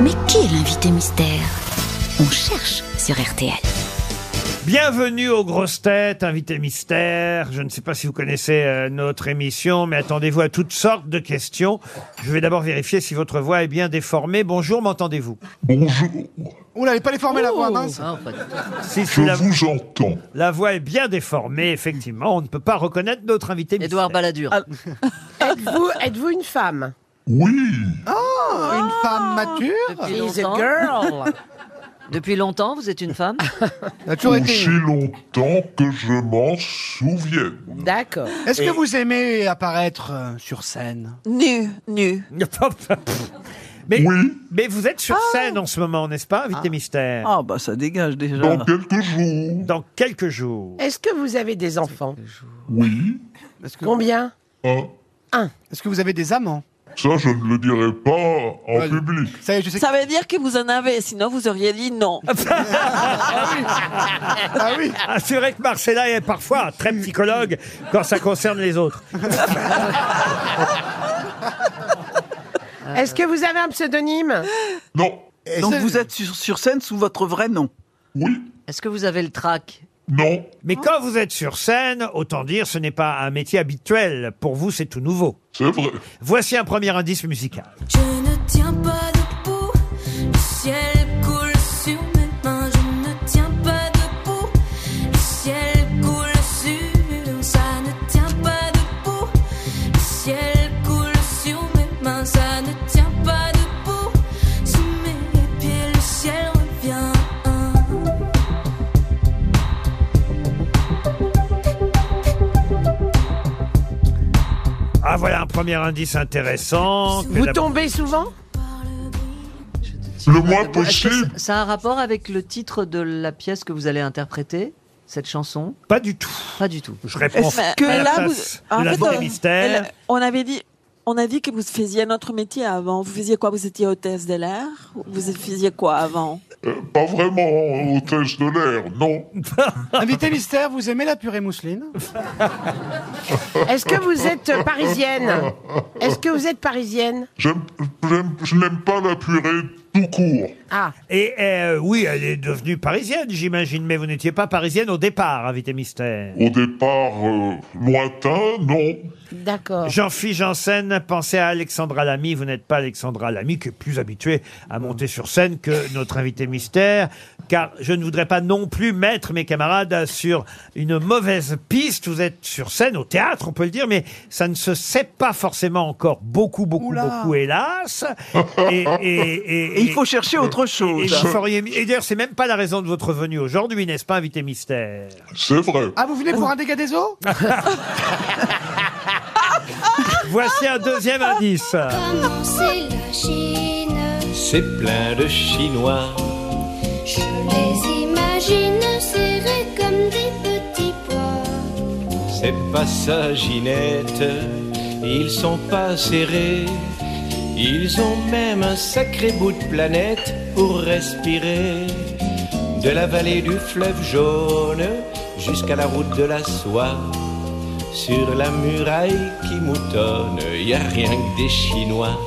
Mais qui est l'invité mystère On cherche sur RTL. Bienvenue aux grosses têtes, invité mystère. Je ne sais pas si vous connaissez euh, notre émission, mais attendez-vous à toutes sortes de questions. Je vais d'abord vérifier si votre voix est bien déformée. Bonjour, m'entendez-vous Oula, elle est pas les former la voix, Oh. mince Ah, Si, si, Je la, vous entends. la voix est bien déformée, effectivement. On ne peut pas reconnaître notre invité mystère. Édouard Balladur. Ah, Êtes-vous êtes-vous une femme Oui, Une femme mature Depuis She's longtemps, a oh. girl depuis longtemps, vous êtes une femme Elle a toujours été. aussi longtemps que je m'en souviens. D'accord. Est-ce que vous aimez apparaître euh, sur scène Nu, nu. mais, Oui, mais vous êtes sur scène en ce moment, n'est-ce pas, invité mystère Ah bah ça dégage déjà. dans quelques jours. Dans quelques jours. Est-ce que vous avez des enfants Oui, Est-ce que, Combien hein. est-ce que vous avez des amants Ça, je ne le dirai pas en Ouais. public. Ça y est, je sais que- Ça veut dire que vous en avez, sinon vous auriez dit non. Ah oui Ah, c'est vrai que Marcella est parfois un très psychologue quand ça concerne les autres. Euh. Est-ce que vous avez un pseudonyme Non, Donc c'est- vous êtes sur, sur scène sous votre vrai nom. oui, Est-ce que vous avez le trac non. Mais quand vous êtes sur scène, autant dire, ce n'est pas un métier habituel. Pour vous, c'est tout nouveau. C'est vrai. Voici un premier indice musical. Je ne tiens pas debout, le ciel coule sur mes mains. Je ne tiens pas debout, le ciel coule sur. Ça ne tient pas debout, le ciel coule sur mes mains. Ça ne tient pas debout, sous mes pieds le ciel revient. Ah, voilà un premier indice intéressant. que Vous la- tombez souvent Le moins Est-ce que possible. ça- ça a un rapport avec le titre de la pièce que vous allez interpréter cette chanson Pas du tout. Pas du tout. Je réponds Mais à la là, vous- place en de la fait, Bonne on- mystère. elle- on avait dit, on a dit que vous faisiez un autre métier avant. Vous faisiez quoi Vous étiez hôtesse de l'air Vous faisiez quoi avant Euh, pas vraiment hein, hôtesse de l'air, non. Invité mystère, vous aimez la purée mousseline Est-ce que vous êtes euh, parisienne Est-ce que vous êtes parisienne J'aime- j'aime- je n'aime pas la purée tout court. Ah, Et euh, oui, elle est devenue parisienne, j'imagine, mais vous n'étiez pas parisienne au départ, invité mystère. Au départ euh, lointain, non. d'accord. Ah. Jean-Philippe Janssen, pensez à Alexandra Lamy. Vous n'êtes pas Alexandra Lamy, qui est plus habituée à monter sur scène que notre invité mystère, car je ne voudrais pas non plus mettre mes camarades sur une mauvaise piste. Vous êtes sur scène, au théâtre, on peut le dire, mais ça ne se sait pas forcément encore beaucoup, beaucoup, Oula. beaucoup, hélas. Et, et- et- Et il faut et- chercher autre et chose. vous feriez mieux- et d'ailleurs, c'est même pas la raison de votre venue aujourd'hui, n'est-ce pas, invité mystère C'est vrai. Ah, vous venez pour un dégât des eaux Voici un deuxième indice. Comment c'est la Chine C'est plein de Chinois, Je les imagine serrés comme des petits pois. c'est pas ça Ginette, ils sont pas serrés, ils ont même un sacré bout de planète pour respirer. De la vallée du fleuve jaune jusqu'à la route de la soie, sur la muraille qui moutonne, y a rien que des Chinois.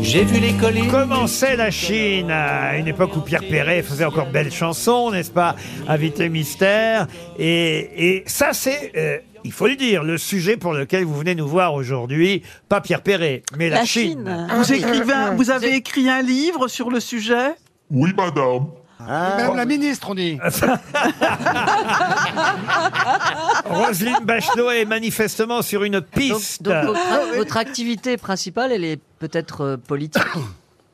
J'ai vu les collines. Commençait la Chine à une époque où Pierre Perret faisait encore belles chansons, n'est-ce pas Invité mystère. Et, et ça, c'est, euh, il faut le dire, le sujet pour lequel vous venez nous voir aujourd'hui. Pas Pierre Perret, mais la, La Chine. Vous, écrivez un- vous avez écrit un livre sur le sujet Oui, madame. Madame la ministre, on dit. Roselyne Bachelot est manifestement sur une Donc, piste. donc votre, votre activité principale, elle est peut-être euh, politique.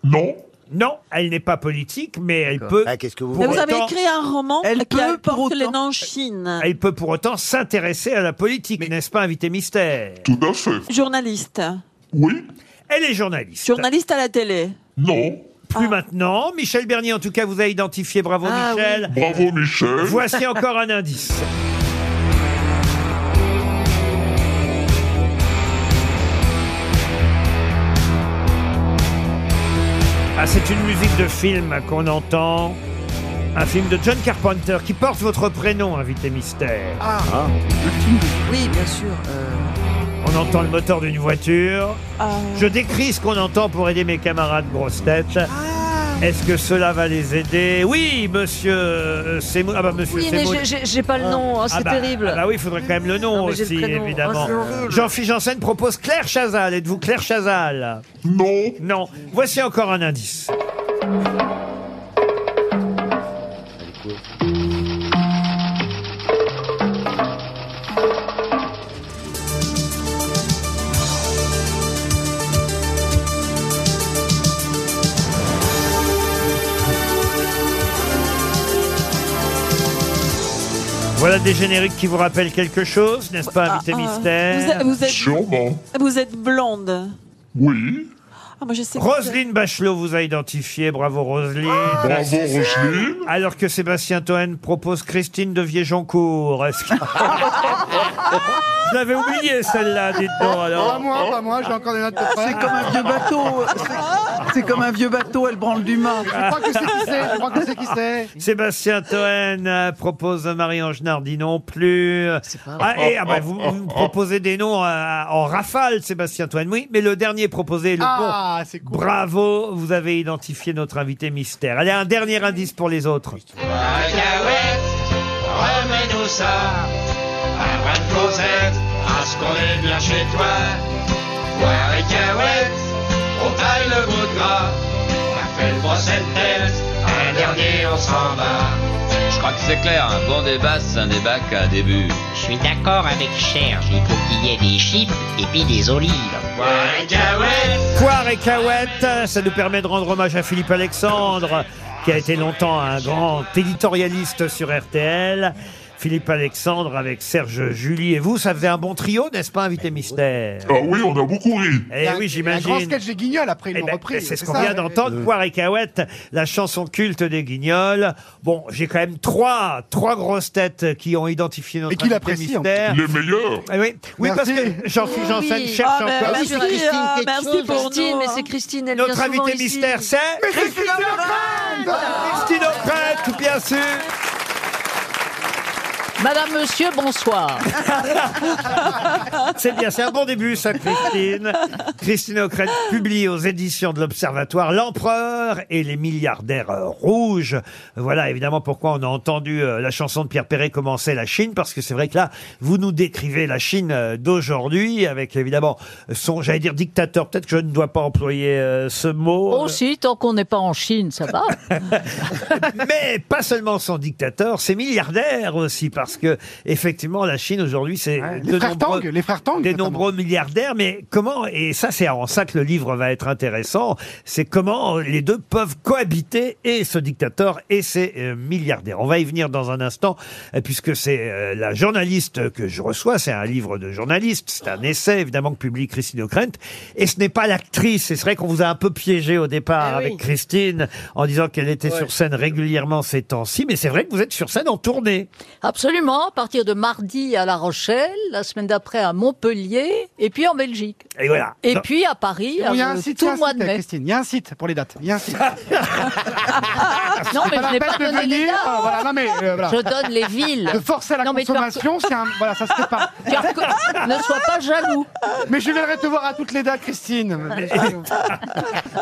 Non. Non, elle n'est pas politique, mais elle peut, Ah, Qu'est-ce que vous Mais Pour vous avez autant, écrit un roman elle qui peut, pour porte le autant. nom Chine. elle peut pour autant s'intéresser à la politique, n'est-ce pas, invité mystère Tout à fait. Journaliste. Oui, Elle est journaliste. Journaliste à la télé. non. Plus maintenant. Michel Bernier, en tout cas, vous a identifié. Bravo, Ah oui. Michel. Bravo Michel. Voici encore un indice. Ah, c'est une musique de film qu'on entend. Un film de John Carpenter qui porte votre prénom, invité mystère. Ah. Oui, bien sûr. euh, On entend le moteur d'une voiture. Euh, Je décris ce qu'on entend pour aider mes camarades grosses têtes. Ah. Est-ce que cela va les aider Oui, monsieur euh, Seymour. Ah bah, monsieur Oui, mais Seymour. j'ai- j'ai- j'ai pas le nom, hein, c'est Ah bah, terrible. Ah bah oui, il faudrait quand même le nom Non, mais j'ai le aussi, prénom. évidemment. Ah, c'est horrible. Jean-Philippe Janssen propose Claire Chazal. Êtes-vous Claire Chazal Non. Non. Voici encore un indice. Voilà des génériques qui vous rappellent quelque chose, n'est-ce pas, invité Ah, ah, vous mystère êtes- vous êtes- Sûrement. Vous êtes blonde. Oui. Ah, moi, je sais pas. Roselyne Bachelot vous a identifié, bravo Roselyne. Bravo, Roselyne. Alors que Sébastien Toen propose Christine de Viejoncourt. Est-ce que- Vous l'avez oublié celle-là, dites donc Pas alors. moi, pas moi, j'ai encore des notes de près. C'est comme un vieux bateau. C'est- C'est comme un vieux bateau, elle branle du mât. Je crois que c'est qui c'est, je crois que c'est qui c'est. Sébastien Toen euh, propose Marie-Ange Nardi non plus. Ah, et, ah bah, vous, vous me proposez des noms euh, en rafale, Sébastien Toen, oui, mais le dernier proposé est le bon. Ah, c'est Eh cool. Bravo, vous avez identifié notre invité mystère. Allez, un dernier indice pour les autres. Cacahuète, remets-nous ça. Un brin de causette, à ce qu'on est bien chez toi. Voir les cacahuètes, on taille le bout de gras. On a fait le procès de tête, un dernier on s'en va. Je crois que c'est clair, un bon débat, c'est un débat qu'un début. Je suis d'accord avec Serge, il faut qu'il y ait des chips et puis des olives. Voir les cacahuètes. Poire et Cahouette, ça nous permet de rendre hommage à Philippe Alexandre, qui a été longtemps un grand éditorialiste sur RTL. Philippe Alexandre avec Serge Julie et vous, ça faisait un bon trio, n'est-ce pas, invité mystère Ah oui, on a beaucoup ri. Oh. Il Eh y a un- oui, il y a Un grand j'imagine. sketch des guignols après, ils Eh l'ont ben, repris. c'est ce qu'on ça, vient oui. d'entendre, Poire et Cahouette, la chanson culte des Guignols. Bon, j'ai quand même trois, trois grosses têtes qui ont identifié notre Et qui invité l'apprécient, en mystère. Les meilleurs. Eh oui, oui parce Merci. que Jean-Philippe Janssen Oui. bah, cherche Ah, mais encore. merci, sur Christine, euh, quelque merci chose. pour Christine, nous, mais hein. c'est Christine, elle Notre vient souvent invité ici. mystère, c'est Christine O'Crête, bien sûr. Madame, monsieur, bonsoir. C'est bien, c'est un bon début, ça, Christine. Christine O'Crête publie aux éditions de l'Observatoire L'Empereur et les milliardaires euh, rouges. Voilà évidemment pourquoi on a entendu euh, la chanson de Pierre Perret commencer la Chine, parce que c'est vrai que là, vous nous décrivez la Chine euh, d'aujourd'hui, avec évidemment son, j'allais dire dictateur, peut-être que je ne dois pas employer euh, ce mot. Oh si, tant qu'on n'est pas en Chine, ça va. Mais pas seulement son dictateur, ses milliardaires aussi, parce que effectivement, la Chine aujourd'hui, c'est Ouais. de Les frères Ah, nombreux- Tang, les frères Tang. des notamment. nombreux milliardaires, mais comment, et ça c'est en ça que le livre va être intéressant, c'est comment les deux peuvent cohabiter, et ce dictateur et ces euh, milliardaires. On va y venir dans un instant, euh, puisque c'est euh, la journaliste que je reçois, c'est un livre de journaliste, c'est un essai évidemment que publie Christine O'Krent, et ce n'est pas l'actrice, et c'est vrai qu'on vous a un peu piégé au départ Eh oui. avec Christine, en disant qu'elle était sur scène régulièrement ces temps-ci, mais c'est vrai que vous êtes sur scène en tournée. Absolument, à partir de mardi à La Rochelle, la semaine d'après à Montpellier, et puis en Belgique. Et voilà. Et Dans- puis à Paris, Bon, Il y a euh, un site, il y tout a le un mois site, de mai. Christine. Il y a un site pour les dates. Il y a un site. Non, mais Pas je la n'ai pas peine de donné les venir. dates. euh, voilà, non, mais, euh, voilà. Je donne les villes. De forcer à la Non, mais tu vas- consommation, c'est un. Voilà, ça se fait pas. Tu as reco- ne sois pas jaloux. Mais je viendrai te voir à toutes les dates, Christine.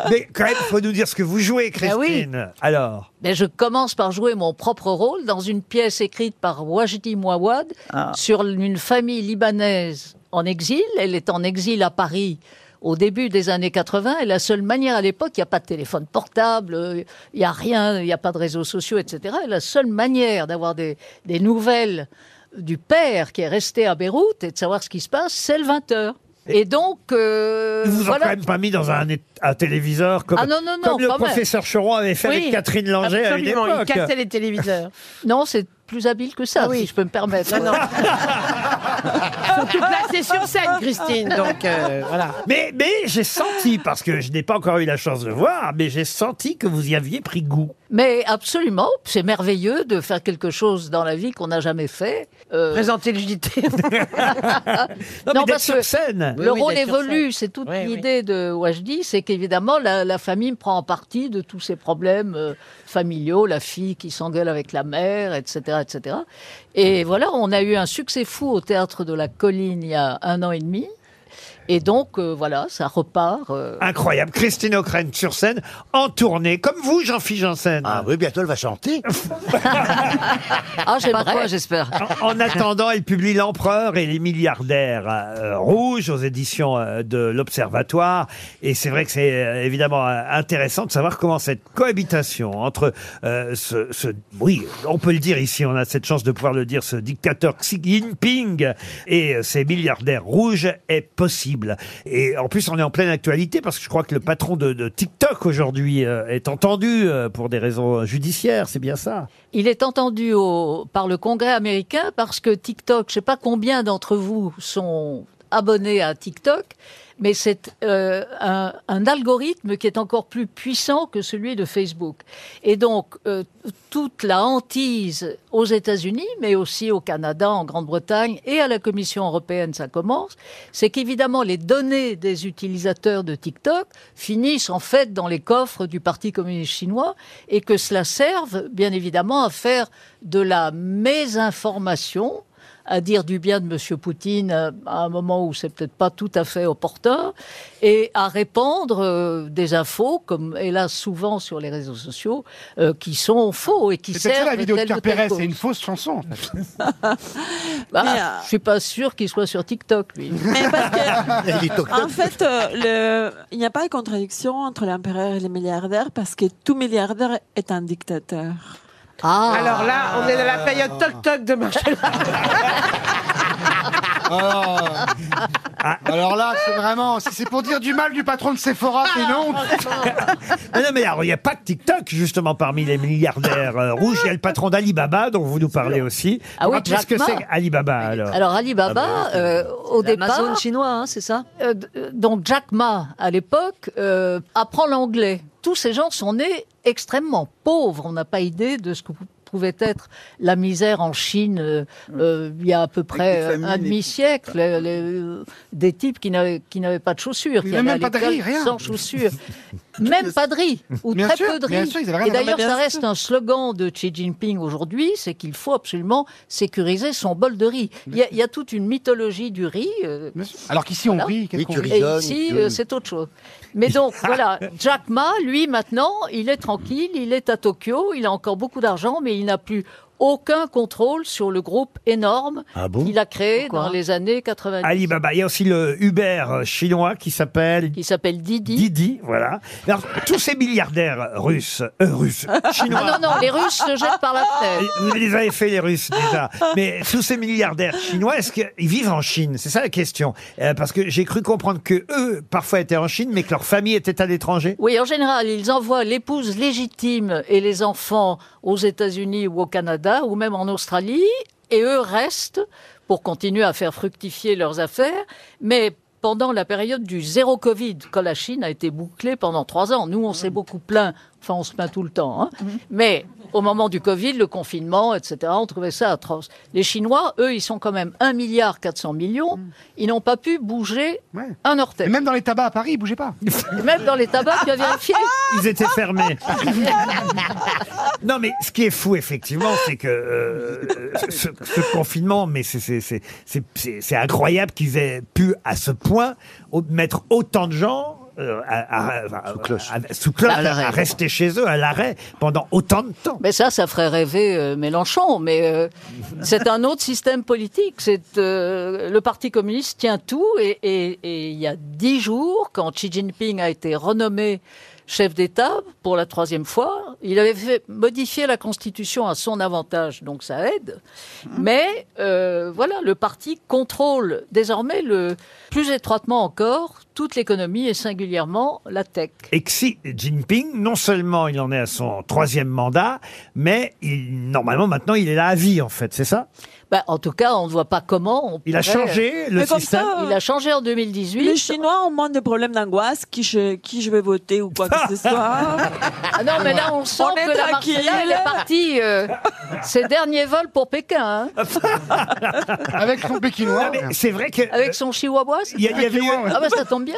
Mais quand même, faut nous dire ce que vous jouez, Ben Christine. oui. Alors. Mais je commence par jouer mon propre rôle dans une pièce écrite par Wajdi Mouawad Ah. sur une famille libanaise en exil. Elle est en exil à Paris au début des années 80 et la seule manière à l'époque, il n'y a pas de téléphone portable, euh, il n'y a rien, il n'y a pas de réseaux sociaux, etc. Et la seule manière d'avoir des, des nouvelles du père qui est resté à Beyrouth et de savoir ce qui se passe, c'est le 20h. Et donc, euh, Ils vous ont voilà. quand même pas mis dans un, é- un téléviseur comme, Ah non, non, non, comme le quand même. professeur Choron avait fait Oui, avec Catherine Langer à une Absolument, il époque. cassait les téléviseurs. Non, c'est plus habile que ça, Ah oui. si je peux me permettre. Surtout que là, c'est sur scène, Christine. Donc, euh, voilà. Mais, mais j'ai senti, parce que je n'ai pas encore eu la chance de voir, mais j'ai senti que vous y aviez pris goût. Mais absolument, c'est merveilleux de faire quelque chose dans la vie qu'on n'a jamais fait. Euh, Présenter le JT. Non, Non, mais d'être parce sur que- scène. le Oui, oui, rôle d'être sur évolue, c'est toute Oui, oui. l'idée de Wajdi, c'est qu'évidemment la, la famille prend en partie de tous ces problèmes euh, familiaux, la fille qui s'engueule avec la mère, etc., etc. Et voilà, on a eu un succès fou au théâtre de la Colline il y a un an et demi. Et donc, euh, voilà, ça repart. euh, Incroyable. Christine O'Crane sur scène, en tournée, comme vous, Jean-Philippe Janssen. Ah oui, bientôt elle va chanter. Ah, j'aimerais. Pas toi, j'espère. En, en attendant, elle publie L'Empereur et les milliardaires euh, rouges aux éditions euh, de l'Observatoire. Et c'est vrai que c'est euh, évidemment euh, intéressant de savoir comment cette cohabitation entre euh, ce, ce- oui, on peut le dire ici, on a cette chance de pouvoir le dire, ce dictateur Xi Jinping et euh, ces milliardaires rouges est possible. Et en plus, on est en pleine actualité parce que je crois que le patron de, de TikTok aujourd'hui euh, est entendu euh, pour des raisons judiciaires. C'est bien ça. Il est entendu au- par le Congrès américain parce que TikTok, je ne sais pas combien d'entre vous sont abonnés à TikTok, mais c'est euh, un, un algorithme qui est encore plus puissant que celui de Facebook. Et donc, euh, toute la hantise aux États-Unis, mais aussi au Canada, en Grande-Bretagne et à la Commission européenne, ça commence, c'est qu'évidemment, les données des utilisateurs de TikTok finissent en fait dans les coffres du Parti communiste chinois et que cela serve, bien évidemment, à faire de la mésinformation à dire du bien de M. Poutine euh, à un moment où c'est peut-être pas tout à fait opportun, et à répandre euh, des infos, comme hélas souvent sur les réseaux sociaux, euh, qui sont faux et qui C'est peut-être ça servent la vidéo de telle Pierre ou telle Perret, cause. c'est une fausse chanson. en fait. Bah, Mais, euh, Je suis pas sûr qu'il soit sur TikTok, lui. En fait, euh, le- il n'y a pas de contradiction entre l'empereur et les milliardaires parce que tout milliardaire est un dictateur. Alors Ah. là, on est dans la période toc-toc de Marcel. Ah. Alors là, c'est vraiment, si c'est pour dire du mal du patron de Sephora, c'est non. Ah non, mais alors, il n'y a pas de TikTok, justement, parmi les milliardaires euh, rouges. Il y a le patron d'Alibaba, dont vous nous parlez aussi. Ah oui, Rappelez ce que Jack Ma. c'est Alibaba, alors. euh, Alors Alibaba, Ah ben, bah, euh, au départ, L'Amazon chinois, hein, c'est ça euh, d- euh, donc Jack Ma à l'époque euh, apprend l'anglais. Tous ces gens sont nés extrêmement pauvres. On n'a pas idée de ce que pou- pouvait être la misère en Chine euh, Mm. euh, il y a à peu près les famines un et demi-siècle. Les- les- euh, des types qui n'avaient qui n'avaient pas de chaussures, Ils qui n'avaient allaient même à pas de riz, l'école rien. sans chaussures. même pas de riz, ou Bien très sûr, peu de bien riz. sûr, ils avaient rien Et à voir, d'ailleurs, bien ça sûr. reste un slogan de Xi Jinping aujourd'hui, c'est qu'il faut absolument sécuriser son bol de riz. Il y a, il y a toute une mythologie du riz. euh, Alors qu'ici, on voilà. rit. qu'est-ce qu'on rit Et ici, euh, c'est autre chose. Mais donc, voilà, Jack Ma, lui, maintenant, il est tranquille, il est à Tokyo, il a encore beaucoup d'argent, mais il n'a plus aucun contrôle sur le groupe énorme Ah bon qu'il a créé Pourquoi dans les années 90. Alibaba. Il y a aussi le Uber euh, chinois qui s'appelle. Qui s'appelle Didi. Didi, voilà. Alors, tous ces milliardaires russes, euh, russes, chinois. Ah non, non, les Russes se jettent par la fenêtre. Vous les avez fait, les Russes, déjà. Mais tous ces milliardaires chinois, est-ce qu'ils vivent en Chine C'est ça la question. Euh, parce que j'ai cru comprendre que eux, parfois, étaient en Chine, mais que leur famille était à l'étranger. Oui, en général, ils envoient l'épouse légitime et les enfants aux États-Unis ou au Canada ou même en Australie, et eux restent pour continuer à faire fructifier leurs affaires. Mais pendant la période du zéro Covid, quand la Chine a été bouclée pendant trois ans, nous on s'est beaucoup plaint, enfin on se plaint tout le temps, hein. mais au moment du Covid, le confinement, etc., on trouvait ça atroce. Les Chinois, eux, ils sont quand même 1,4 milliard millions, ils n'ont pas pu bouger un orteil. Même dans les tabacs à Paris, ils bougeaient pas. Même dans les tabacs, tu as vérifié Ils étaient fermés. Non, mais ce qui est fou, effectivement, c'est que euh, ce, ce confinement, mais c'est- c'est- c'est c'est- c'est- c'est incroyable qu'ils aient pu, à ce point, au- mettre autant de gens. euh, à, à- à- à- sous cloche, À l'arrêt. Bah. à rester chez eux à l'arrêt pendant autant de temps. Mais ça, ça ferait rêver euh, Mélenchon. Mais euh, c'est un autre système politique. C'est euh, le Parti communiste tient tout. Et, et- et il y a dix jours, quand Xi Jinping a été renommé chef d'État pour la troisième fois, il avait fait modifier la constitution à son avantage, donc ça aide. Mais euh, voilà, le parti contrôle désormais le plus étroitement encore toute l'économie et singulièrement la tech. Et que Xi Jinping, non seulement il en est à son troisième mandat, mais il, normalement maintenant il est là à vie en fait, c'est ça Bah, en tout cas, on ne voit pas comment. On Il a pourrait- changé le Mais comme système. Oh. ça, Il a changé en 2018. Les Chinois ont moins de problèmes d'angoisse qui je, qui je vais voter ou quoi que ce soit. Ah non, mais là, on sent On est que la tranquille. Marseillaise est partie. euh, ses derniers vols pour Pékin. hein. Avec son Ah, pékinois. C'est vrai que euh, Avec son chihuahua. c'est Il y a- ça il y avait eu- Ah bah ça tombe bien.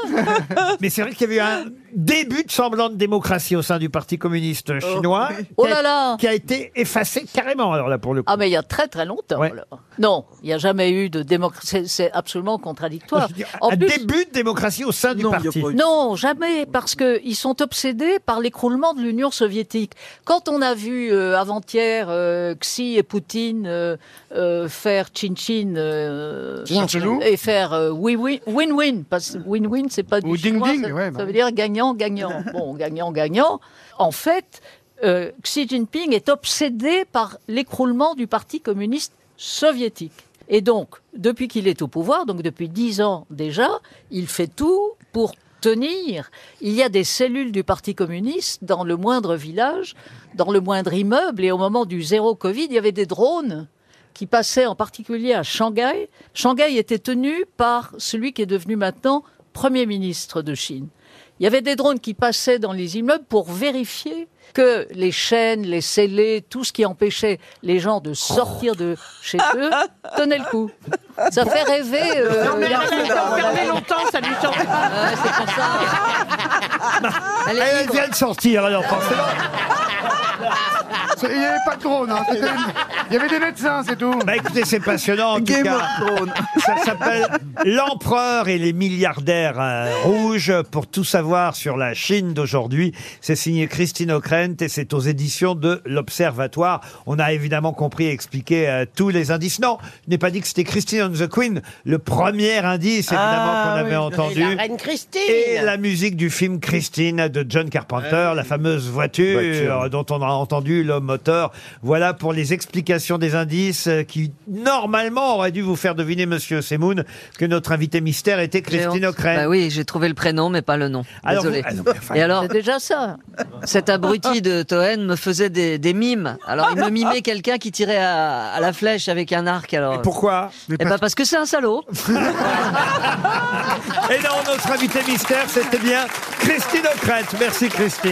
Mais c'est vrai qu'il y avait eu un- début de semblant de démocratie au sein du Parti communiste chinois. Oh qui a- là là Qui a été effacé carrément, alors là, pour le coup. Ah mais il y a très très longtemps. Ouais. alors. Non, il n'y a jamais eu de démocratie. C'est- C'est absolument contradictoire. En un plus- début de démocratie au sein du parti. Non, jamais, parce qu'ils sont obsédés par l'écroulement de l'Union soviétique. Quand on a vu euh, avant-hier euh, Xi et Poutine euh, euh, faire chin-chin euh, Chin chelou. et faire euh, oui-oui- win-win, parce que win-win, c'est pas du chinois, ding-ding, ça, ouais, bah ça veut oui. dire gagnant-gagnant. Bon, gagnant-gagnant, en fait, euh, Xi Jinping est obsédé par l'écroulement du Parti communiste soviétique. Et donc, depuis qu'il est au pouvoir, donc depuis dix ans déjà, il fait tout pour tenir. Il y a des cellules du Parti communiste dans le moindre village, dans le moindre immeuble, et au moment du zéro Covid, il y avait des drones qui passaient en particulier à Shanghai. Shanghai était tenu par celui qui est devenu maintenant Premier ministre de Chine. Il y avait des drones qui passaient dans les immeubles pour vérifier que les chaînes, les scellés, tout ce qui empêchait les gens de sortir de chez eux, tenait le coup. Ça fait rêver. euh, Non, mais la- elle a été enfermée longtemps, ça lui change. Elle, elle vient de sortir, alors forcément. C'est- Il n'y avait pas de drone, hein, c'était- il y avait des médecins, c'est tout. Bah écoutez, c'est passionnant en tout Game cas. Ça s'appelle L'empereur et les milliardaires euh, rouges pour tout savoir sur la Chine d'aujourd'hui. C'est signé Christine O'Krent et c'est aux éditions de l'Observatoire. On a évidemment compris et expliqué euh, tous les indices. Non, je n'ai pas dit que c'était Christine on the Queen, le premier indice évidemment Ah, qu'on oui. avait entendu. Et la reine Christine. Et la musique du film Christine de John Carpenter, la fameuse voiture, Voiture. dont on a entendu le moteur. Voilà pour les explications des indices euh, qui, normalement, auraient dû vous faire deviner, monsieur Semoun, que notre invité mystère était Christine O'Crane. Bah oui, j'ai trouvé le prénom, mais pas le nom. Alors Désolé. vous- ah non, mais enfin- Et alors, C'est déjà ça. cet abruti de Toen me faisait des, des mimes. Alors, il me mimait quelqu'un qui tirait à, à la flèche avec un arc. Alors. pourquoi Eh ben, parce que c'est un salaud. Et non, notre invité mystère, c'était bien Christine O'Crane. Merci, Christine.